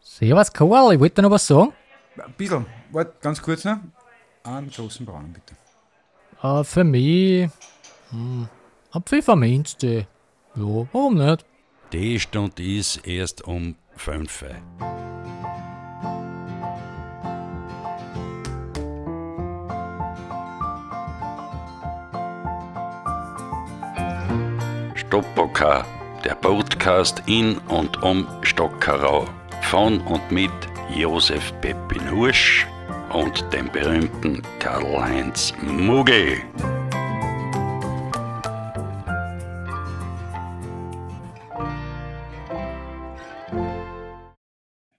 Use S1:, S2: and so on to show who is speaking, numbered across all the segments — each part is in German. S1: Servus, Karl, ich wollte dir noch was sagen.
S2: Ein bisschen, warte, ganz kurz noch. Einen großen Braunen, bitte.
S1: Äh, für mich. Hm, ein Pfefferminztee. Ja, warum nicht?
S3: Die Stunde ist erst um 5 Uhr. Stoppocker, der Podcast in und um Stockerau. Von und mit Josef Peppin Hursch und dem berühmten Karl-Heinz Muggel.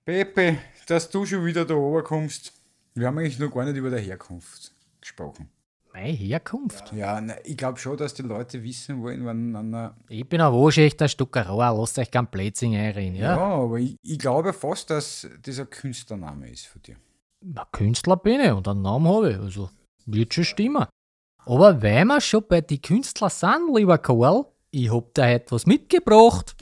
S2: Pepe, dass du schon wieder da oben kommst. Wir haben eigentlich noch gar nicht über die Herkunft gesprochen.
S1: Meine Herkunft.
S2: Ja, na, ich glaube schon, dass die Leute wissen wollen, wann einer.
S1: Ich bin ein Wohlschächter Stuckerauer, lasst euch kein Blödsinn einreden,
S2: Ja.
S1: ja?
S2: ja, aber ich, ich glaube fast, dass das ein Künstlername ist für dich.
S1: Ein Künstler bin ich und einen Namen habe ich, also wird schon stimmen. Aber weil wir schon bei den Künstlern sind, lieber Karl, ich hab dir heute was mitgebracht.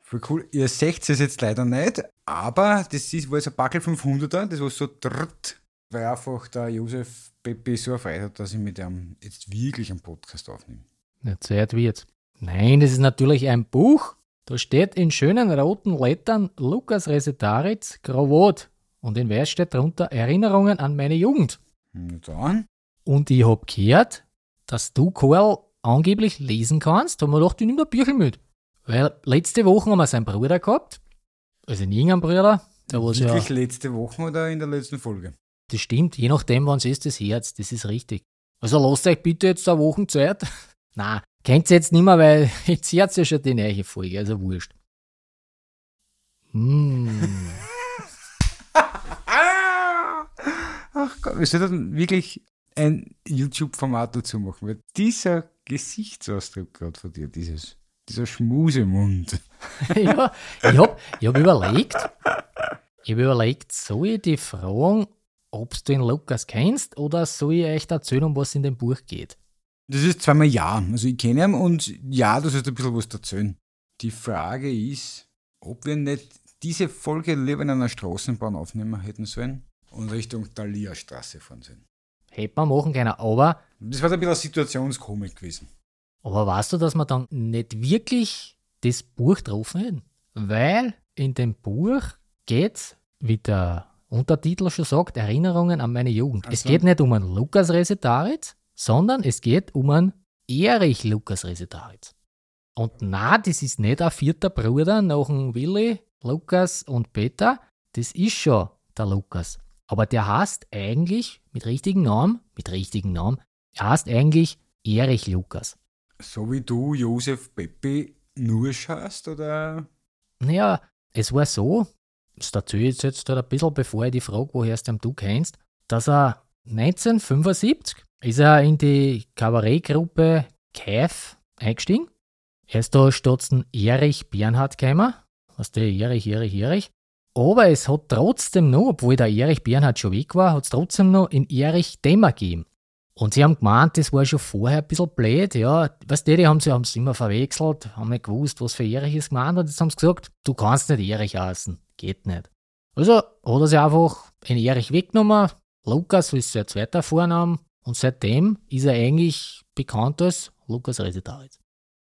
S2: Voll cool. Ihr seht es jetzt leider nicht, aber das ist, war jetzt ein Backel 500er, das war so dritt, weil einfach der Josef Pepe so erfreut hat, dass ich mit ihm jetzt wirklich einen Podcast aufnehme.
S1: Nicht Zeit wird. Nein, das ist natürlich ein Buch. Da steht in schönen roten Lettern Lukas Resetaritz, Krawot. Und in weiß steht drunter Erinnerungen an meine Jugend.
S2: Hm, Na dann,
S1: Und ich hab gehört, dass du, Karl, angeblich lesen kannst. Haben wir gedacht, ich nimm da Bücher mit. Weil letzte Woche haben wir seinen Bruder gehabt. Also nicht irgendeinen Bruder. Der was ja,
S2: wirklich letzte Woche oder in der letzten Folge?
S1: das stimmt, je nachdem, wann es ist, das Herz. Das ist richtig. Also lasst euch bitte jetzt eine Woche Zeit. Na, kennt ihr jetzt nicht mehr, weil jetzt hört ja schon die neue Folge. Also wurscht. Hm.
S2: Ah! Ach Gott, wir sollten wirklich ein YouTube-Format dazu machen, weil dieser Gesichtsausdruck gerade von dir, dieses, dieser Schmusemund.
S1: ja, ich hab, ich hab überlegt, ich hab überlegt, soll ich die fragen, ob du den Lukas kennst oder soll ich euch erzählen, um was in dem Buch geht?
S2: Das ist zweimal Ja. Also ich kenne ihn und ja, du sollst ein bisschen was erzählen. Die Frage ist, ob wir nicht diese Folge lieber in einer Straßenbahn aufnehmen hätten sollen und Richtung Thalia-Straße fahren sollen.
S1: Hätte man machen können, aber,
S2: Das war ein bisschen eine Situationskomik gewesen.
S1: aber weißt du, dass wir dann nicht wirklich das Buch getroffen hätten? Weil in dem Buch geht's, wie der Untertitel schon sagt, Erinnerungen an meine Jugend. Es
S2: so.
S1: geht nicht um einen Lukas Resetaritz, sondern es geht um einen Erich Lukas Resetaritz. Und na, das ist nicht ein vierter Bruder nach dem Willi, Lukas und Peter. Das ist schon der Lukas. Aber der heißt eigentlich mit richtigen Namen, mit richtigen Namen, er heißt eigentlich Erich Lukas.
S2: So wie du Josef Peppi nur schaust oder
S1: Naja, es war so, das erzähle ich jetzt halt ein bisschen, bevor ich die Frage, woher es dem du kennst, dass er 1975 ist er in die Kabarettgruppe KEF eingestiegen. Er ist da stürzen Erich Bernhard gekommen. Was der Erich, Erich, Erich. Aber es hat trotzdem noch, obwohl der Erich Bernhard schon weg war, hat es trotzdem noch in Erich Dämmer gegeben. Und sie haben gemeint, das war schon vorher ein bisschen blöd, ja. Weißt du, die haben sie haben's immer verwechselt, haben nicht gewusst, was für Erich ist gemeint und jetzt haben sie gesagt, du kannst nicht Erich heißen, geht nicht. Also hat er sich einfach in Erich weggenommen, Lukas ist sein zweiter Vorname und seitdem ist er eigentlich bekannt als Lukas Resetaritz.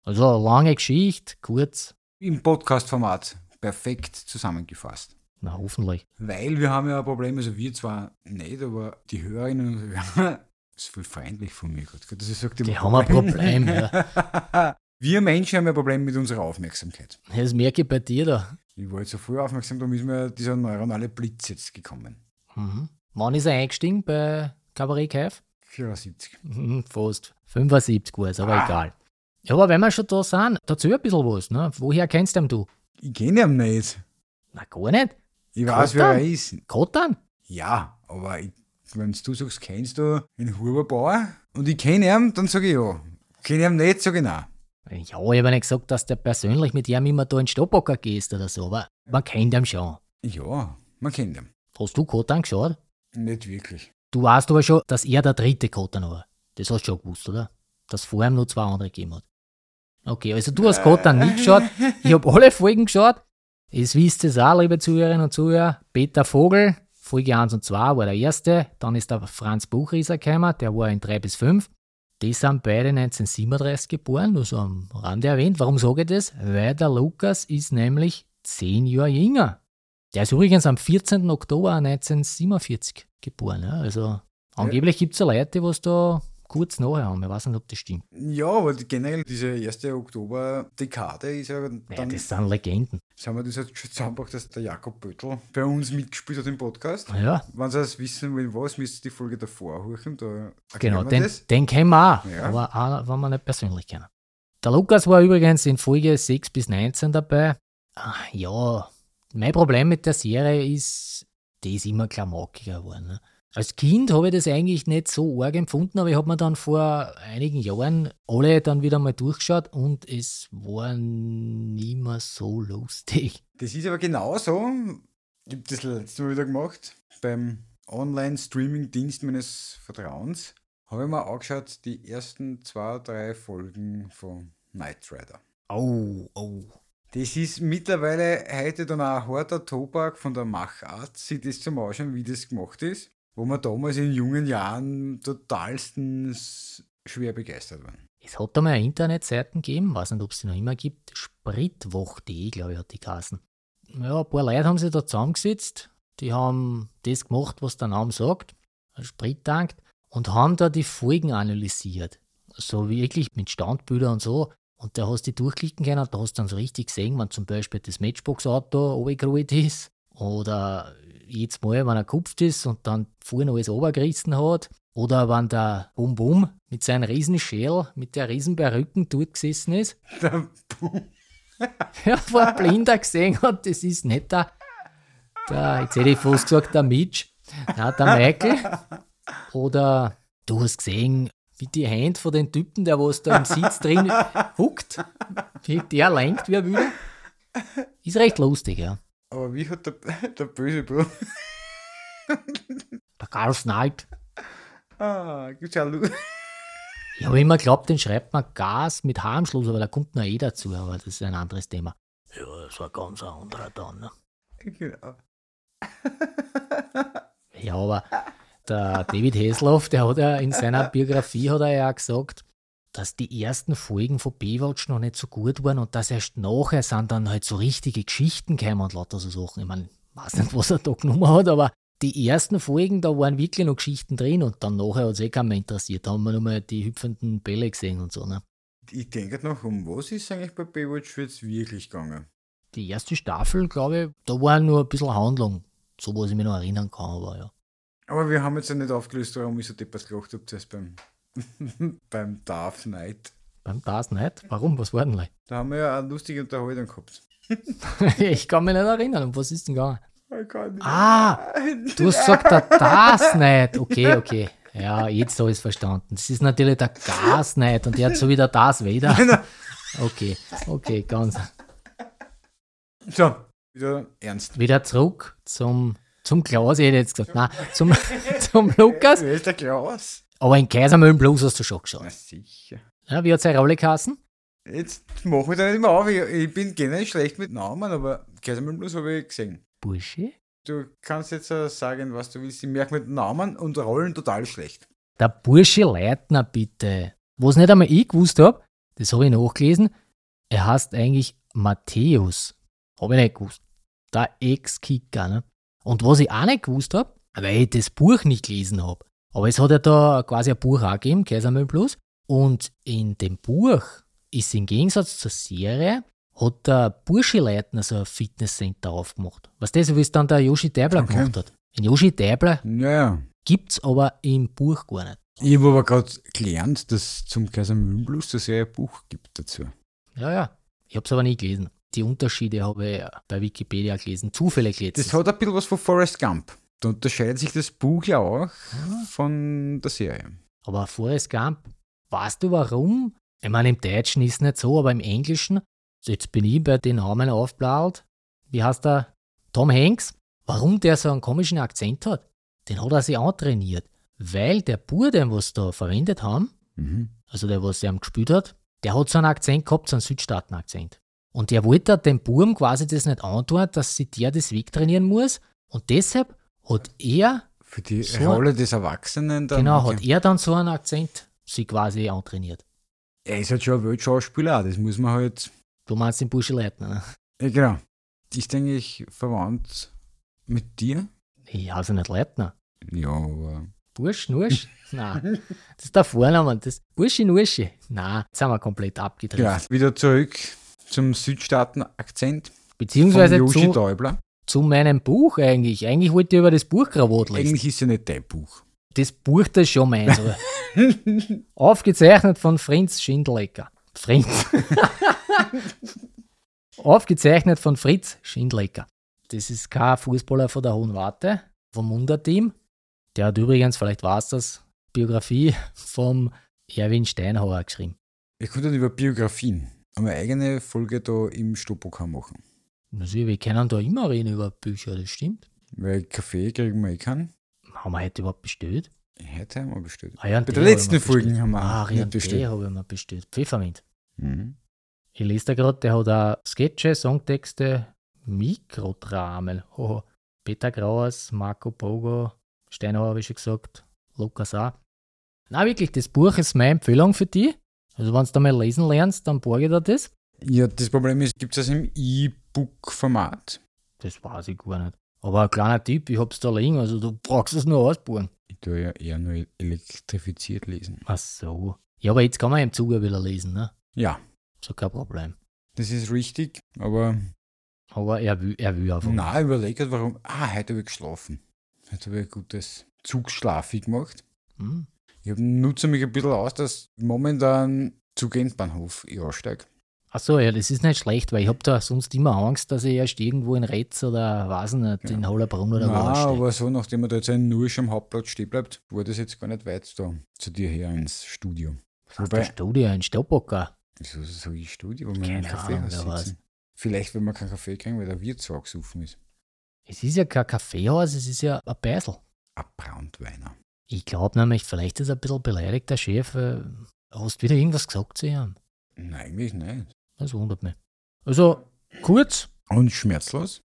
S1: Also lange Geschichte, kurz,
S2: im Podcast-Format perfekt zusammengefasst.
S1: na hoffentlich.
S2: Weil wir haben ja ein Problem, also wir zwar nicht, aber die Hörerinnen und Hörer, das ist voll feindlich von mir gerade. Das ist, sagt
S1: Die haben ein Problem,
S2: ja. Wir Menschen haben ein Problem mit unserer Aufmerksamkeit.
S1: Das merke ich bei dir da.
S2: Ich war jetzt so früh aufmerksam, darum ist mir dieser neuronale Blitz jetzt gekommen.
S1: Mhm. Wann ist er eingestiegen bei Kabarett Kaif?
S2: 74.
S1: Mhm, Fast. 75 war es, aber egal. Ja, aber wenn wir schon da sind, dazu ein bisschen was, ne? Woher kennst du ihn du?
S2: Ich kenne ihn nicht.
S1: Na, gar nicht.
S2: Ich weiß,
S1: Kottern?
S2: wer er ist.
S1: Kottern?
S2: Ja, aber wenn du sagst, kennst du den Huberbauer und ich kenne ihn, dann sage ich ja. Kenne ihn nicht, sage ich nein.
S1: Ja, ich habe ja nicht gesagt, dass der persönlich mit ihm immer da in den Stoppacker gehst oder so, aber man kennt ihn schon.
S2: Ja, man kennt ihn.
S1: Hast du Kottern geschaut?
S2: Nicht wirklich.
S1: Du weißt aber schon, dass er der dritte Kottern war. Das hast du schon gewusst, oder? Dass vor ihm nur zwei andere gegeben hat. Okay, also du hast Kottern nicht geschaut. Ich habe alle Folgen geschaut. Es wisst es auch, liebe Zuhörerinnen und Zuhörer, Peter Vogel, Folge 1 und 2 war der erste, dann ist der Franz Buchreiser gekommen, der war in 3 bis 5. Die sind beide 1937 geboren, nur so am Rande erwähnt. Warum sage ich das? Weil der Lukas ist nämlich 10 Jahre jünger. Der ist übrigens am 14. Oktober 1947 geboren. Ja? Also angeblich gibt es ja Leute, die es da kurz nachher haben. Ich weiß nicht, ob das stimmt.
S2: Ja, aber generell diese erste Oktober-Dekade ist ja dann,
S1: Naja, das sind Legenden.
S2: haben wir das jetzt schon zusammengebracht, dass der Jakob Böttl bei uns mitgespielt hat im Podcast.
S1: Ja,
S2: Wenn Sie das wissen wollen, was, müsst ihr die Folge davor horchen. Da
S1: genau,
S2: erklären wir
S1: den,
S2: das.
S1: den kennen wir auch,
S2: Ja.
S1: aber auch, wenn wir nicht persönlich kennen. Der Lukas war übrigens in Folge 6 bis 19 dabei. Ah, ja, mein Problem mit der Serie ist, die ist immer klamaukiger geworden. Ne? Als Kind habe ich das eigentlich nicht so arg empfunden, aber ich habe mir dann vor einigen Jahren alle dann wieder mal durchgeschaut und es war nimmer so lustig.
S2: Das ist aber genauso. Ich habe das letzte Mal wieder gemacht. Beim Online-Streaming-Dienst meines Vertrauens habe ich mir angeschaut, die ersten zwei, drei Folgen von Knight Rider.
S1: Oh, oh.
S2: Das ist mittlerweile heute dann auch ein harter Tobak von der Machart, sich das zum Anschauen, wie das gemacht ist, wo man damals in jungen Jahren totalstens schwer begeistert waren.
S1: Es hat da mal Internetseiten gegeben, weiß nicht, ob es die noch immer gibt. Spritwoch.de, glaube ich, hat die geheißen. Ja, ein paar Leute haben sich da zusammengesetzt, die haben das gemacht, was der Name sagt, einen Sprit tankt, und haben da die Folgen analysiert. So wirklich mit Standbildern und so. Und da hast du durchklicken können, und da hast du dann so richtig gesehen, wenn zum Beispiel das Matchbox-Auto runtergerollt ist, oder jedes Mal, wenn er gekupft ist und dann vorne alles runtergerissen hat, oder wenn der Bum Bum mit seinem Riesenschäl, mit der Riesenperücken dort gesessen ist,
S2: Der Boom.
S1: ja, wo ein Blinder gesehen hat, das ist nicht der, der jetzt hätte ich fast gesagt, der Mitch, nein, der Michael. Oder du hast gesehen, wie die Hand von den Typen, der was da im Sitz drin huckt, wie der lenkt, wie er will. Ist recht lustig, ja.
S2: Aber wie hat der, der böse Bruder.
S1: Der Karl Snalt.
S2: Ah, gibt's ja Lu
S1: Ich habe immer geglaubt, den schreibt man Gas mit H am Schluss, aber da kommt noch eh dazu, aber das ist ein anderes Thema. Ja, das war ganz ein anderer dann. Ne?
S2: genau.
S1: Ja, aber der David Hasselhoff, der hat ja in seiner Biografie hat er ja auch gesagt, dass die ersten Folgen von Baywatch noch nicht so gut waren und dass erst nachher sind dann halt so richtige Geschichten gekommen und lauter so Sachen. Ich meine, weiß nicht, was er da genommen hat, aber die ersten Folgen, da waren wirklich noch Geschichten drin und dann nachher hat es eh keinen mehr interessiert. Da haben wir nur mal die hüpfenden Bälle gesehen und so. Ne?
S2: Ich denke noch, um was ist eigentlich bei Baywatch jetzt wirklich gegangen?
S1: Die erste Staffel, glaube ich, da war nur ein bisschen Handlung. So, was ich mich noch erinnern kann, aber ja.
S2: Aber wir haben jetzt ja nicht aufgelöst, warum ich so deppert gelacht habe, zuerst beim, beim Darth Knight.
S1: Beim Tars nicht. Warum? Was war denn gleich?
S2: Da haben wir ja eine lustige Unterhaltung gehabt.
S1: ich kann mich nicht erinnern. Um was ist denn gegangen?
S2: Ich kann nicht.
S1: Ah, du hast gesagt, der Gasneid. Okay, okay. Ja, jetzt habe ich es verstanden. Das ist natürlich der Gasneid und der hat so wieder das wieder. Okay, okay, ganz.
S2: So, wieder ernst.
S1: Wieder zurück zum, zum Klaus, hätte ich jetzt gesagt. Nein, zum, zum Lukas.
S2: Wer ist der Klaus?
S1: Aber in Kaisermühlen bloß hast du schon geschaut.
S2: Na sicher.
S1: Ja, wie hat seine Rolle geheißen?
S2: Jetzt mach ich da nicht mehr auf. Ich, ich bin generell schlecht mit Namen, aber Kaisermüll Blues habe ich gesehen.
S1: Bursche?
S2: Du kannst jetzt äh, sagen, was du willst. Ich merke mit Namen und Rollen total schlecht.
S1: Der Bursche Leitner, bitte. Was nicht einmal ich gewusst habe, das habe ich nachgelesen, er heißt eigentlich Matthäus. Habe ich nicht gewusst. Der Ex-Kicker, ne? Und was ich auch nicht gewusst habe, weil ich das Buch nicht gelesen habe. Aber es hat ja da quasi ein Buch auch gegeben, Kaisermüll Plus. Und in dem Buch ist im Gegensatz zur Serie, hat der Bursche Leitner so ein Fitnesscenter aufgemacht. Weißt du, so wie es dann der Yoshi Deibler
S2: Okay.
S1: gemacht hat. Den Yoshi Deibler
S2: Naja.
S1: gibt's aber im Buch gar nicht.
S2: Ich habe aber gerade gelernt, dass zum Kaisermüll Blues das ja ein Buch gibt dazu.
S1: Ja, ja. Ich habe es aber nicht gelesen. Die Unterschiede habe ich bei Wikipedia gelesen, Zufälle gelesen.
S2: Das hat ein bisschen was von Forrest Gump. Da unterscheidet sich das Buch ja auch von der Serie.
S1: aber Forrest Gump, weißt du warum? Ich meine, im Deutschen ist es nicht so, aber im Englischen, also jetzt bin ich bei den Namen aufblaut. Wie heißt der? Tom Hanks. Warum der so einen komischen Akzent hat? Den hat er sich antrainiert. Weil der Bur, den was da verwendet haben,
S2: Mhm.
S1: also der, was er gespielt hat, der hat so einen Akzent gehabt, so einen Südstaaten-Akzent. Und er wollte dem Burm quasi das nicht antun, dass sie der das wegtrainieren muss. Und deshalb hat er,
S2: Für die
S1: So.
S2: Rolle des Erwachsenen dann.
S1: genau, hat er dann so einen Akzent sie quasi antrainiert.
S2: er ist halt schon ein Weltschauspieler, auch, das muss man halt.
S1: Du meinst den Buschi Leitner, ne?
S2: Ja, genau. Ist eigentlich verwandt mit dir?
S1: Ich heiße also nicht Leitner.
S2: Ja, aber.
S1: Bursch, Nursch? Nein. Das ist der Vorname. Das Burschi, Nurschi? Nein, jetzt sind wir komplett abgedreht.
S2: Ja, Genau, wieder zurück zum Südstaaten-Akzent.
S1: Beziehungsweise
S2: von Yoshi
S1: zu,
S2: Däubler.
S1: zu meinem Buch eigentlich. Eigentlich wollte ich über das Buch Krawot lesen.
S2: Eigentlich ist ja nicht dein Buch.
S1: Das Buch, das ist schon meins. aber- Aufgezeichnet von Fritz Schindlecker. Fritz. Aufgezeichnet von Fritz Schindlecker. Das ist kein Fußballer von der Hohen Warte, vom Munderteam. Der hat übrigens, vielleicht war es das, Biografie vom Erwin Steinhauer geschrieben.
S2: Ich könnte über Biografien eine eigene Folge da im Stoppokamp machen.
S1: Also, wir können da immer reden über Bücher, das stimmt.
S2: Weil Kaffee kriegen wir eh keinen.
S1: Haben wir heute überhaupt bestellt?
S2: Heute haben wir bestellt.
S1: Ah, ja,
S2: Bei der letzten Folge haben wir
S1: Ah,
S2: auch nicht bestellt.
S1: habe ich mir bestellt. Pfefferminz.
S2: Mhm.
S1: Ich lese da gerade, der hat auch Sketche, Songtexte, Mikrodramen. Oh, Peter Grauers, Marco Pogo, Steinhauer habe ich schon gesagt, Lukas auch. Na wirklich, das Buch ist meine Empfehlung für dich. Also wenn du mal lesen lernst, dann borge ich dir das.
S2: Ja, das Problem ist, gibt es das im E-Book-Format?
S1: Das weiß ich gar nicht. Aber ein kleiner Tipp, ich hab's da liegen, also du brauchst es nur ausbohren.
S2: Ich tue ja eher nur elektrifiziert lesen.
S1: Ach so. Ja, aber jetzt kann man ja im Zuge wieder lesen, ne?
S2: Ja,
S1: So kein Problem.
S2: das ist richtig, aber
S1: Aber er will, er will einfach.
S2: na, überlege halt, warum. Ah, heute habe ich geschlafen. Heute habe ich ein gutes Zugschlafi gemacht.
S1: Hm?
S2: Ich hab- nutze mich ein bisschen aus, dass momentan zu Gentbahnhof ich aussteige.
S1: Achso, ja, das ist nicht schlecht, weil ich habe da sonst immer Angst, dass ich erst irgendwo in Retz oder weiß nicht, in Hollerbrunn oder wo
S2: Na,
S1: ansteige.
S2: aber so, nachdem man da jetzt ein Nursch am Hauptplatz stehen bleibt, war das jetzt gar nicht weit da zu dir her ins Studio.
S1: Auf der
S2: Wobei,
S1: Studie in Stoppocker.
S2: wieso sage ich Studio, wenn wir
S1: Keine
S2: einen Kaffee
S1: Ahnung, wer weiß.
S2: sitzen? Vielleicht, wenn wir keinen Kaffee kriegen, weil der Wirt so angesoffen ist.
S1: Es ist ja kein Kaffeehaus, es ist ja ein Beisel.
S2: Ein Brandweiner.
S1: Ich glaube nämlich, vielleicht ist er ein bisschen beleidigt, der Chef. Äh, hast wieder irgendwas gesagt zu ihm?
S2: Nein, eigentlich nicht.
S1: Das wundert mich. Also, kurz.
S2: Und schmerzlos?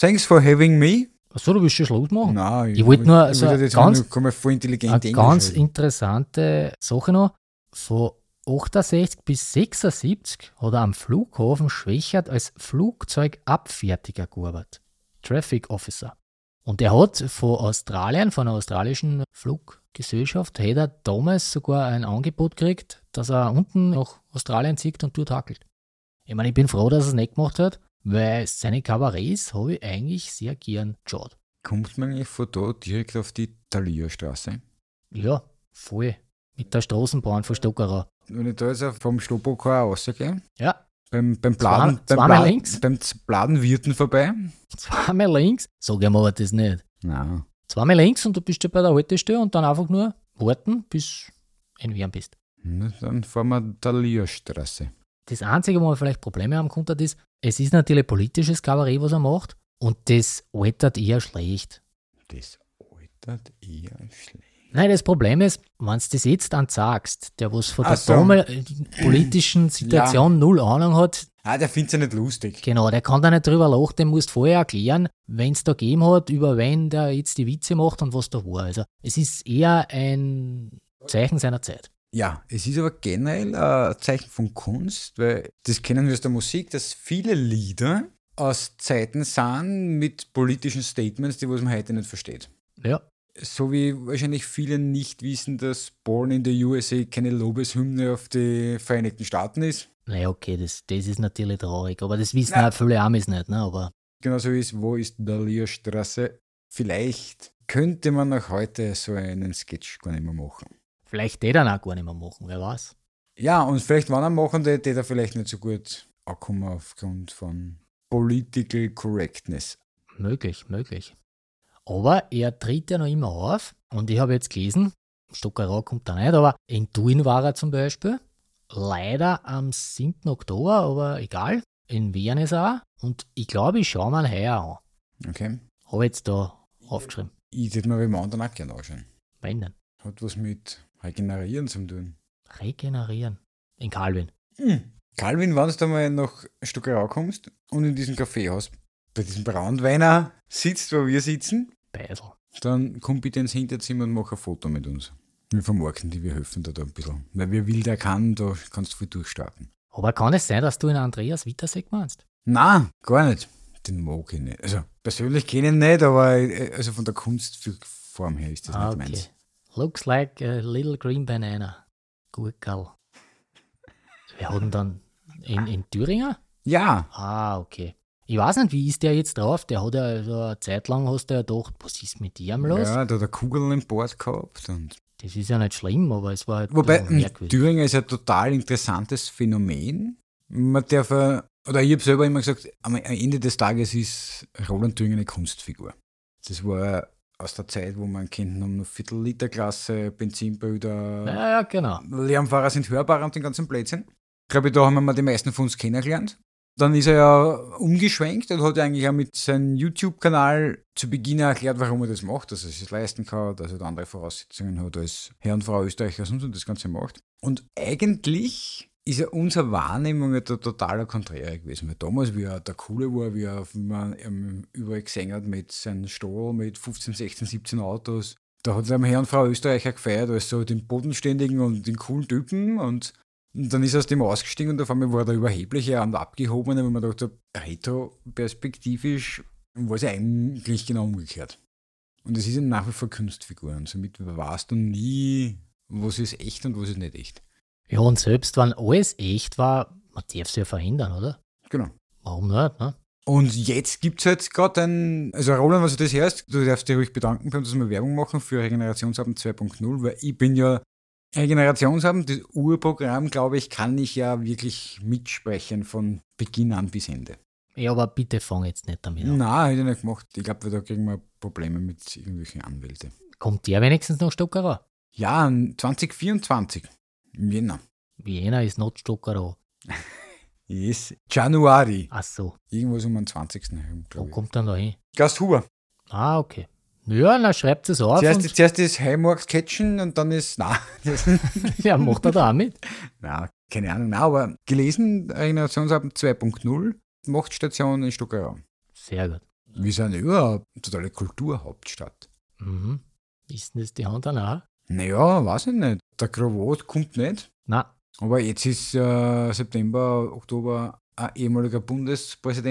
S2: Thanks for having me.
S1: Achso, du willst schon Schluss machen?
S2: Nein,
S1: Oh. Ich wollte nur so
S2: wollte
S1: ein
S2: jetzt
S1: ganz-
S2: nur- komm mal voll intelligent
S1: Eine
S2: Englisch
S1: ganz
S2: reden.
S1: interessante Sache noch. Von 68 bis 76 hat er am Flughafen Schwächert als Flugzeugabfertiger gearbeitet. Traffic Officer. Und er hat von Australien, von einer australischen Fluggesellschaft, hat er damals sogar ein Angebot gekriegt, dass er unten nach Australien zieht und dort hackelt. Ich meine, ich bin froh, dass er es nicht gemacht hat, weil seine Kabarets habe ich eigentlich sehr gern geschaut.
S2: Kommt man eigentlich von da direkt auf die Thalia-Straße?
S1: Ja, voll. Mit der Straßenbahn von Stockerau.
S2: Wenn ich da jetzt auf- vom Stopokar rausgehe,
S1: Ja,
S2: beim, beim Bladen,
S1: Zwei-
S2: beim,
S1: zweimal
S2: Bladen,
S1: links?
S2: beim Z- Bladenwirten vorbei.
S1: zweimal links. Sag ich mir aber das nicht.
S2: Nein.
S1: Zweimal links und du bist ja bei der Haltestelle und dann einfach nur warten, bis du in Wien bist.
S2: Na, Dann fahren wir Thalia-Straße.
S1: Das Einzige, wo man vielleicht Probleme haben könnte, ist, es ist natürlich politisches Kabarett, was er macht und das altert eher schlecht.
S2: Das altert eher schlecht.
S1: Nein, das Problem ist, wenn du das jetzt ansagst, der was von
S2: Ach
S1: der
S2: so.
S1: damaligen politischen Situation null Ahnung hat,
S2: Ah, der findet es ja nicht lustig.
S1: Genau, der kann da nicht drüber lachen, den musst du vorher erklären, wenn es da gegeben hat, über wen der jetzt die Witze macht und was da war. Also es ist eher ein Zeichen seiner Zeit.
S2: Ja, es ist aber generell ein Zeichen von Kunst, weil das kennen wir aus der Musik, dass viele Lieder aus Zeiten sind mit politischen Statements, die was man heute nicht versteht.
S1: Ja,
S2: So wie wahrscheinlich viele nicht wissen, dass Born in the USA keine Lobeshymne auf die Vereinigten Staaten ist.
S1: naja, okay, das, das ist natürlich traurig, aber das wissen
S2: Na.
S1: auch viele Amis nicht, ne? aber
S2: Genauso ist, wo ist Dalia Straße? Vielleicht könnte man auch heute so einen Sketch gar nicht mehr machen.
S1: vielleicht die dann auch gar nicht mehr machen, wer weiß.
S2: Ja, und vielleicht wann er machen, der der da vielleicht nicht so gut ankommen aufgrund von Political Correctness.
S1: Möglich, möglich. Aber er tritt ja noch immer auf und ich habe jetzt gelesen, Stockerau kommt da nicht, aber in Tuin war er zum Beispiel. Leider am 7. Oktober, aber egal. In Wien ist er auch. Und ich glaube, ich schaue mal heuer an.
S2: Okay?
S1: Habe jetzt da aufgeschrieben.
S2: Ich würde mir beim anderen auch gerne anschauen.
S1: Wenn denn?
S2: Hat was mit Regenerieren zu tun.
S1: Regenerieren. In Calvin.
S2: Hm. Calvin, wenn du mal nach Stuckerau kommst und in diesem Kaffeehaus bei diesem Braunweiner sitzt, wo wir sitzen,
S1: Beisel.
S2: dann komm bitte ins Hinterzimmer und mach ein Foto mit uns. Wir vermarkten die, wir helfen dir da ein bisschen. Weil wer will, der kann, da kannst du viel durchstarten.
S1: Aber kann es sein, dass du in Andreas Wittersee meinst?
S2: Na, gar nicht. Den mag ich nicht. Also persönlich kenne ich ihn nicht, aber äh, also von der Kunstform her ist das
S1: Ah,
S2: nicht meins.
S1: Looks like a little green banana. Gurkel. Wir hatten dann in, in Thüringer?
S2: Ja,
S1: Ah, okay. Ich weiß nicht, wie ist der jetzt drauf? Der hat ja so eine Zeit lang hast du ja gedacht, was ist mit dem los?
S2: ja, da hat er Kugeln im Bord gehabt. Und
S1: Das ist ja nicht schlimm, aber es war halt
S2: Wobei,
S1: ein bisschen
S2: in
S1: merkwürdig.
S2: Thüringen ist ein total interessantes Phänomen. Man darf, äh, oder ich habe selber immer gesagt, am am Ende des Tages ist Roland Thüringer eine Kunstfigur. Das war aus der Zeit, wo man kennt, haben noch Viertel-Liter-Klasse, Benzinbrüder,
S1: Ja, ja, genau.
S2: Lärmfahrer sind hörbar und den ganzen Blödsinn. Glaube ich, da haben wir mal die meisten von uns kennengelernt. Dann ist er ja umgeschwenkt und hat eigentlich auch mit seinem YouTube-Kanal zu Beginn erklärt, warum er das macht, dass er sich leisten kann, dass er da andere Voraussetzungen hat als Herr und Frau Österreicher sonst und das Ganze macht. Und eigentlich ist ja unsere Wahrnehmung ja da totaler Konträre gewesen. Weil damals, wie er der Coole war, wie er, wie man ähm, überall gesehen hat mit seinem Stall, mit 15, 16, 17 Autos, da hat es einem Herr und Frau Österreicher gefeiert, als so den bodenständigen und den coolen Typen und, und dann ist er aus dem ausgestiegen und auf einmal war der Überhebliche und Abgehobene, wenn man dachte, retroperspektivisch war es ja eigentlich genau umgekehrt. Und es ist ja nach wie vor Kunstfigur und somit warst du nie, was ist echt und was ist nicht echt.
S1: Ja, und selbst wenn alles echt war, man darf es ja verhindern, oder?
S2: Genau.
S1: Warum nicht, ne?
S2: Und jetzt gibt's jetzt gerade ein, also Roland, was du das hörst, du darfst dir ruhig bedanken bei uns, dass wir Werbung machen für Regenerationsabend 2.0, weil ich bin ja Regenerationsabend, das Urprogramm, glaube ich, kann ich ja wirklich mitsprechen von Beginn an bis Ende.
S1: Ja, aber bitte fang jetzt nicht damit an.
S2: Na, hätte ich nicht gemacht. Ich glaube, da kriegen wir Probleme mit irgendwelchen Anwälten.
S1: Kommt der wenigstens nach Stockerau?
S2: Ja, 2024. im Jänner.
S1: Vienna ist not Stockerau.
S2: Yes. Januari.
S1: Ach so,
S2: Irgendwas um den 20. herum,
S1: wo
S2: glaube ich.
S1: kommt dann da hin?
S2: Gast Huber.
S1: Ah, okay. Ja, na schreibt es auf
S2: Zuerst,
S1: und
S2: zuerst ist Heimarks Catchen und dann ist, na, das
S1: ja, macht er da auch mit.
S2: Na, keine Ahnung, na, aber gelesen, Regenerationsabend 2.0, Machtstation in Stuckerau.
S1: Sehr gut.
S2: Wir sind überhaupt eine totale Kulturhauptstadt.
S1: Mhm. Ist denn das die Hand danach?
S2: Naja, weiß ich nicht. Der Krawot kommt nicht,
S1: Na,
S2: aber jetzt ist äh, September, Oktober ein ehemaliger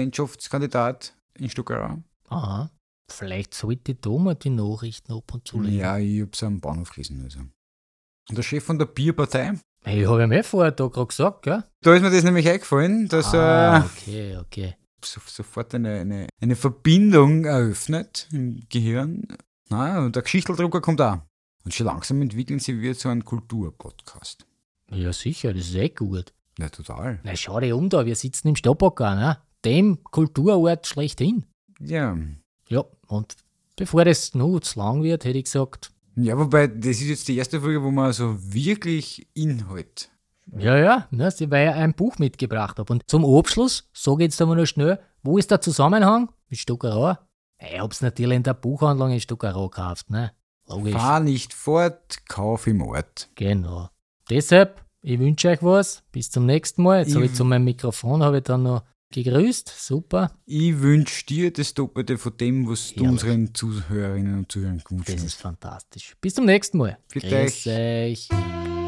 S2: Bundespräsidentschaftskandidat in Stuckerau.
S1: aha. Vielleicht sollte ich da mal die Nachrichten ab und zu lesen.
S2: Ja, ich hab's am Bahnhof gelesen. Also. Und der Chef von der Bierpartei,
S1: Hey, hab ich mir vorher da gerade gesagt, gell?
S2: da ist mir das nämlich eingefallen, dass äh,
S1: ah, okay, okay.
S2: so, sofort eine, eine, eine Verbindung eröffnet im Gehirn. Na, und der Geschichteldrucker kommt auch. Und schon langsam entwickeln sie wieder so einen Kulturpodcast.
S1: Ja, sicher, das ist eh gut.
S2: Na, total.
S1: Na, schau dich um da, wir sitzen im Stadtbacker, ne? Dem Kulturort schlechthin.
S2: Ja.
S1: Ja, und bevor das noch zu lang wird, hätte ich gesagt,
S2: Ja, wobei, das ist jetzt die erste Folge, wo man so wirklich Inhalt.
S1: ja, ja, ne, sie- weil ich ein Buch mitgebracht habe. Und zum Abschluss sage ich jetzt einmal noch schnell, wo ist der Zusammenhang mit Stuckerau? Ich hab's natürlich in der Buchhandlung in Stuckerau gekauft, ne? Logisch.
S2: Fahr nicht fort, kauf im Ort.
S1: Genau. Deshalb, ich wünsche euch was. Bis zum nächsten Mal. Jetzt habe ich
S2: Ich-
S1: zu meinem Mikrofon habe ich dann noch gegrüßt. Super.
S2: Ich wünsche dir das Doppelte von dem, was du
S1: Herrlich.
S2: unseren Zuhörerinnen und Zuhörern gewünscht
S1: Das
S2: hast.
S1: ist fantastisch. Bis zum nächsten Mal.
S2: Bitte.
S1: Grüß euch.